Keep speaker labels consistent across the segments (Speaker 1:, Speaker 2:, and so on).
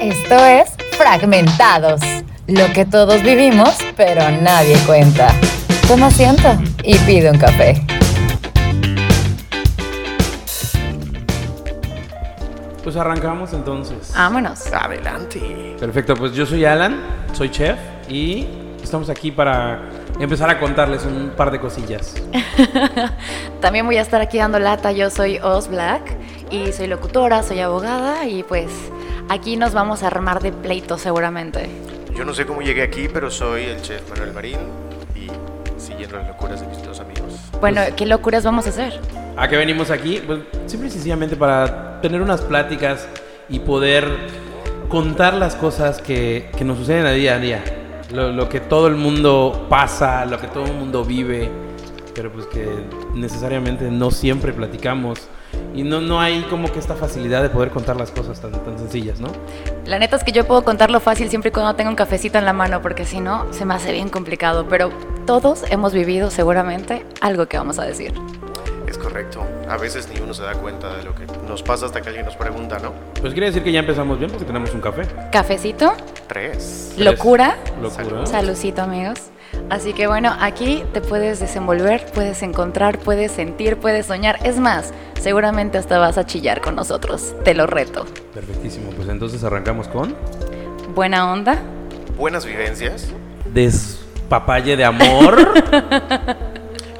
Speaker 1: Esto es Fragmentados. Lo que todos vivimos, pero nadie cuenta. Toma asiento y pide un café.
Speaker 2: Pues arrancamos entonces.
Speaker 1: Vámonos.
Speaker 2: Adelante. Perfecto, pues yo soy Alan, soy chef y estamos aquí para empezar a contarles un par de cosillas.
Speaker 3: También voy a estar aquí dando lata. Yo soy Oz Black y soy locutora, soy abogada y pues aquí nos vamos a armar de pleito seguramente.
Speaker 4: Yo no sé cómo llegué aquí, pero soy el chef Manuel Marín y siguiendo las locuras de mis dos amigos.
Speaker 3: Bueno, ¿qué locuras vamos a hacer?
Speaker 2: ¿A qué venimos aquí? Pues simple y sencillamente para tener unas pláticas y poder contar las cosas que, que nos suceden a día a día. Lo, lo que todo el mundo pasa, lo que todo el mundo vive, pero pues que necesariamente no siempre platicamos. Y no, no hay como que esta facilidad de poder contar las cosas tan, tan sencillas, ¿no?
Speaker 3: La neta es que yo puedo contarlo fácil siempre y cuando tenga un cafecito en la mano, porque si no, se me hace bien complicado. Pero todos hemos vivido seguramente algo que vamos a decir.
Speaker 4: Es correcto. A veces ni uno se da cuenta de lo que nos pasa hasta que alguien nos pregunta, ¿no?
Speaker 2: Pues quiere decir que ya empezamos bien porque tenemos un café.
Speaker 3: Cafecito,
Speaker 4: Tres.
Speaker 3: locura,
Speaker 2: Locura.
Speaker 3: Saludcito amigos. Así que bueno, aquí te puedes desenvolver, puedes encontrar, puedes sentir, puedes soñar. Es más, seguramente hasta vas a chillar con nosotros. Te lo reto.
Speaker 2: Perfectísimo, pues entonces arrancamos con
Speaker 3: Buena onda.
Speaker 4: Buenas vivencias
Speaker 2: despapalle de amor.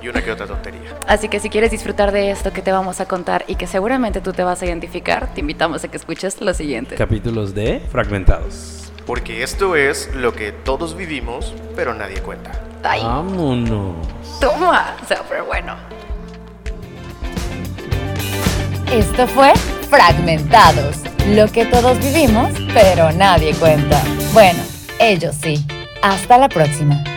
Speaker 4: y una que otra tontería.
Speaker 3: Así que si quieres disfrutar de esto que te vamos a contar y que seguramente tú te vas a identificar, te invitamos a que escuches lo siguiente.
Speaker 2: Capítulos de Fragmentados.
Speaker 4: Porque esto es lo que todos vivimos, pero nadie cuenta.
Speaker 3: ¡Ay,
Speaker 2: Ah. Vámonos.
Speaker 3: toma! Súper bueno.
Speaker 1: Esto fue Fragmentados. Lo que todos vivimos, pero nadie cuenta. Bueno, ellos sí. Hasta la próxima.